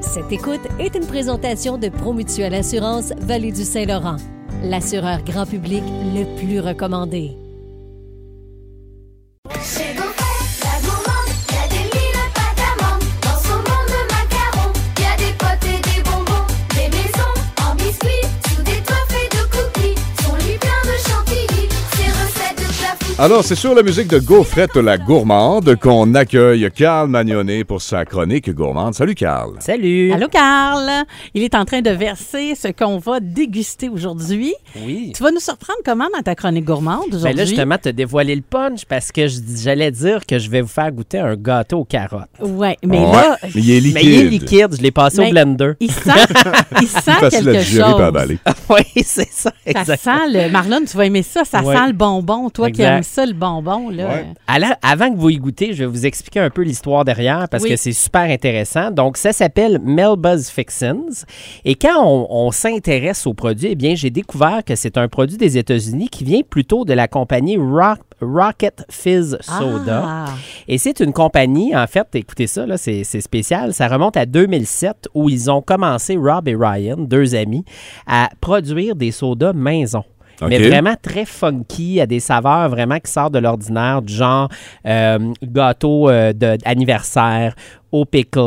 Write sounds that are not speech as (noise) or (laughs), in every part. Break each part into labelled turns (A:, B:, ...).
A: Cette écoute est une présentation de Promutuelle Assurance Vallée du Saint-Laurent, l'assureur grand public le plus recommandé.
B: Chez Gaufret, la gourmande, y a des mille pas d'amande. Dans son monde de macarons, y a des potes et des bonbons. Des maisons en biscuits, sous des toits faits de cookies. Son lit plein de chantilly, ses recettes de plats foutus.
C: Alors, c'est sur la musique de Gaufrette la gourmande qu'on accueille Carl Magnonnet pour sa chronique gourmande. Salut, Carl.
D: Salut.
E: Allô, Carl! Il est en train de verser ce qu'on va déguster aujourd'hui.
D: Oui.
E: Tu vas nous surprendre comment dans ta chronique gourmande aujourd'hui?
D: Ben là, justement, te dévoiler le punch parce que je- j'allais dire que je vais vous faire goûter un gâteau aux carottes.
E: Ouais, mais
C: Ouais,
E: là,
C: mais il est liquide.
D: Mais il est liquide, Ah, je l'ai passé au
E: Mais-
D: blender.
E: il sent,
C: (laughs)
E: il sent
C: Facile à
E: quelque
C: digérer et à
E: chose.
C: avaler. Euh,
D: (laughs) oui, c'est ça,
E: Ça
D: exact.
E: sent le... Marlon, tu vas aimer ça. Ça
D: Ouais.
E: sent le bonbon. Toi qui
D: Exact.
E: aimes ça, le bonbon, là.
C: Ouais.
D: Alors, Euh, avant que vous y goûtez, je vais vous expliquer un peu l'histoire derrière parce
E: Oui.
D: que c'est super intéressant. Donc, ça s'appelle Melba's Fixins. Et quand on, on s'intéresse au produit, eh bien, j'ai découvert que c'est un produit des États-Unis qui vient plutôt de la compagnie Rock- Rocket Fizz Soda.
E: Ah.
D: Et c'est une compagnie, en fait, écoutez ça, là, c'est c'est spécial, ça remonte à 2007 où ils ont commencé, Rob et Ryan, deux amis, à produire des sodas maison. Mais
C: OK.
D: vraiment très funky, à des saveurs vraiment qui sortent de l'ordinaire, du genre euh, gâteau euh, de- d'anniversaire, au pickle.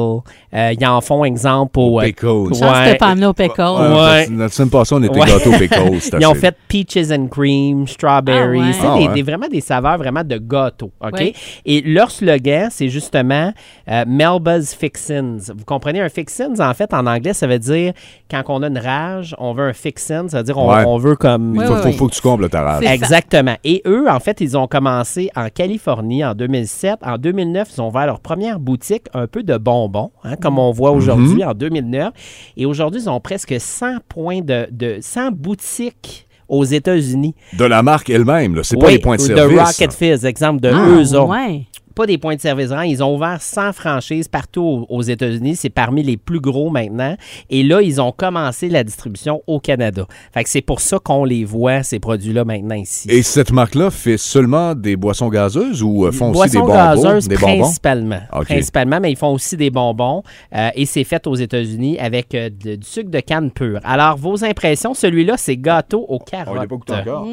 D: Euh, ils en font exemple au... euh,
C: Pickles.
E: Chance que
D: Ouais.
E: t'as pas amené au pécor.
C: Ah,
D: Ouais.
C: parce que La semaine passée, on était
D: Ouais.
C: gâteaux
D: (laughs)
C: pickles. c'était
D: Ils ont
C: assez.
D: fait peaches and cream, strawberries,
E: Ah ouais.
D: c'est
C: Ah
D: des-
C: ouais.
D: des- vraiment des saveurs vraiment de gâteau, ok.
E: Ouais.
D: Et leur slogan, c'est justement euh, Melba's Fixins. Vous comprenez un fixins en fait en anglais, ça veut dire quand on a une rage, on veut un fixin, ça veut dire on,
C: Ouais.
D: on veut comme
C: Il
E: Ouais,
C: faut,
E: ouais,
C: faut-
E: ouais.
C: faut que tu combles ta rage.
E: C'est- ça.
D: Exactement. Et eux, en fait, ils ont commencé en Californie en 2007. En 2009, ils ont ouvert leur première boutique un peu de bonbons, hein, comme
C: Mm-hmm.
D: on voit aujourd'hui en 2009. Et aujourd'hui, ils ont presque 100 points de, de 100 boutiques aux États-Unis.
C: De la marque elle-même, là. C'est pas
D: Oui,
C: les points de
D: De
C: service.
D: Rocket Fizz, exemple de
E: Ah,
D: eux autres
E: ouais.
D: pas des points de service rang. Ils ont ouvert 100 franchises partout au- aux États-Unis. C'est parmi les plus gros maintenant. Et là, ils ont commencé la distribution au Canada. Fait que c'est pour ça qu'on les voit, ces produits-là, maintenant ici.
C: Et cette marque-là fait seulement des boissons gazeuses ou euh, font aussi des
D: Boissons
C: bonbons?
D: gazeuses
C: des bonbons?
D: principalement.
C: OK.
D: Principalement, mais ils font aussi des bonbons. euh, et c'est fait aux États-Unis avec euh, de- du sucre de canne pur. Alors, vos impressions, celui-là, c'est gâteau aux
C: On
D: carottes.
C: l'a pas goûté encore.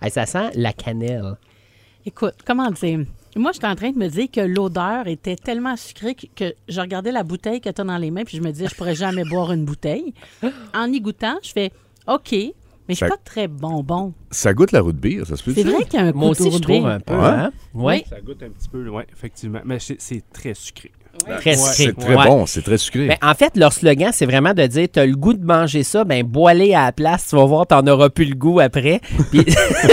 D: Ah, ça sent la cannelle.
E: Écoute, comment dire? Moi, j'étais en train de me dire que l'odeur était tellement sucrée que- que je regardais la bouteille que tu as dans les mains, puis je me disais, je pourrais jamais (laughs) boire une bouteille. En y goûtant, je fais, OK, mais je suis
C: Fait-
E: pas très bonbon.
C: Ça goûte la roue de bière, ça se peut
E: C'est vrai qu'il y a un goût
D: Moi aussi, je trouve un peu.
C: Ouais.
D: hein? Ouais,
F: Ça goûte un petit peu loin, effectivement. Mais c'est- c'est très sucré.
D: Très sucré.
C: C'est très
D: Ouais.
C: bon, c'est très sucré.
D: Ben, en fait, leur slogan, c'est vraiment de dire T'as le goût de manger ça, ben bois-les à la place, tu vas voir, t'en auras plus le goût après. Puis- (laughs)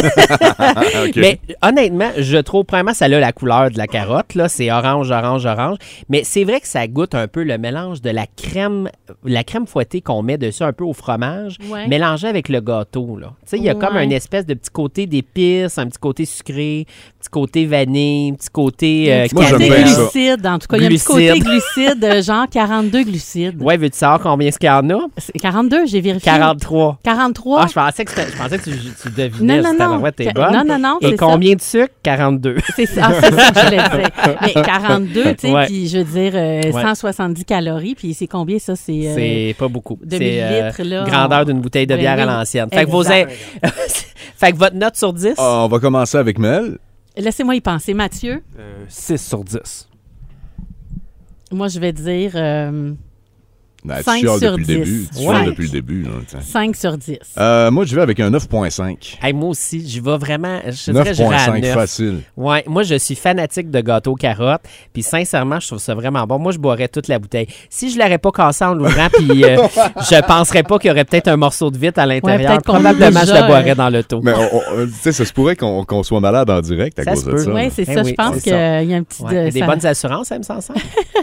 C: Ah, (laughs) OK.
D: Mais honnêtement, je trouve vraiment ça a la couleur de la carotte, là. C'est orange, orange, orange. Mais c'est vrai que ça goûte un peu le mélange de la crème, la crème fouettée qu'on met dessus un peu au fromage,
E: Ouais.
D: mélangée avec le gâteau, là. Tu sais, il y a comme
E: Ouais.
D: un espèce de petit côté d'épices, un petit côté sucré, petit côté vanille, petit côté. euh,
C: Moi, j'aime
E: Côté
C: bien
D: cannelle.
C: ça.
E: glucide, en tout cas. Il y a un petit côté glucide, euh, genre 42 glucides.
D: Ouais, veux-tu savoir combien ce qu'il y en a?
E: C'est 42, j'ai vérifié.
D: 43.
E: 43.
D: Ah, je pensais que, c'était- je pensais que tu, tu devinais.
E: non, non,
D: si
E: non.
D: tabarouette, t'es
E: Ca-
D: bonne.
E: Non, non, non.
D: Et
E: c'est ça.
D: combien de sucre? 42.
E: C'est ça, ah, c'est ça que je voulais dire.
D: (laughs)
E: Mais 42, tu sais,
D: Ouais.
E: puis je veux dire euh,
D: Ouais.
E: 170 calories, puis c'est combien ça? C'est
D: (laughs)
E: euh,
D: C'est pas beaucoup.
E: de
D: C'est euh,
E: millilitres, là,
D: grandeur
E: on-
D: d'une bouteille de
E: Ben
D: bière à
E: oui,
D: l'ancienne. Fait que, vos
E: exact.
D: in- (laughs) fait que votre note sur 10?
C: Ah, on va commencer avec Mel.
E: Laissez-moi y penser. Mathieu,
F: Euh, 6 sur 10.
E: moi, je vais dire euh,
C: Non, Ben, tu
E: Cinq
C: chiales
E: sur
C: depuis
E: dix.
C: le début. Tu
D: Ouais.
C: chiales depuis le début. là, tiens.
E: 5 sur 10.
C: Euh, moi, je vais avec un 9.5.
D: Hey, moi aussi, j'y vais vraiment. Je dirais, j'irais à
C: 9.5,
D: 9.
C: facile.
D: Ouais, moi, je suis fanatique de gâteau carotte. Puis, sincèrement, je trouve ça vraiment bon. Moi, je boirais toute la bouteille. Si je l'aurais pas cassée en l'ouvrant,
C: (laughs)
D: puis euh, je penserais pas qu'il y aurait peut-être un morceau de vitre à l'intérieur.
E: peut-être qu'on
D: Probablement,
E: l'a
D: je
E: déjà,
D: la boirais
E: euh,
D: dans le taux.
C: Mais on- on- euh, tu sais, ça se pourrait qu'on qu'on soit malade en direct à
D: Ça
C: cause
D: se
C: de
D: peut.
C: ça.
E: Oui,
C: là.
E: c'est
D: Ben
E: ça.
D: oui,
E: je pense
D: c'est
E: qu'il y
D: ça.
E: a un petit.
D: Ouais,
E: de-
D: des
E: ça-
D: bonnes assurances, elle me semble ça.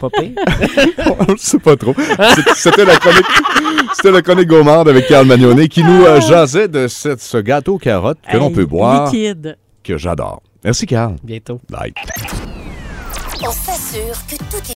D: Pas
E: (laughs)
D: pire.
C: (laughs) On le sait pas trop. C'est- C'était la chronique, c'était la chronique gourmande avec Carl Magnonnet qui nous euh, jasait de cette- ce gâteau carotte que l'on
E: Hey,
C: peut boire,
E: Liquide.
C: que j'adore. Merci, Carl.
D: Bientôt.
C: Bye.
B: On s'assure que tout est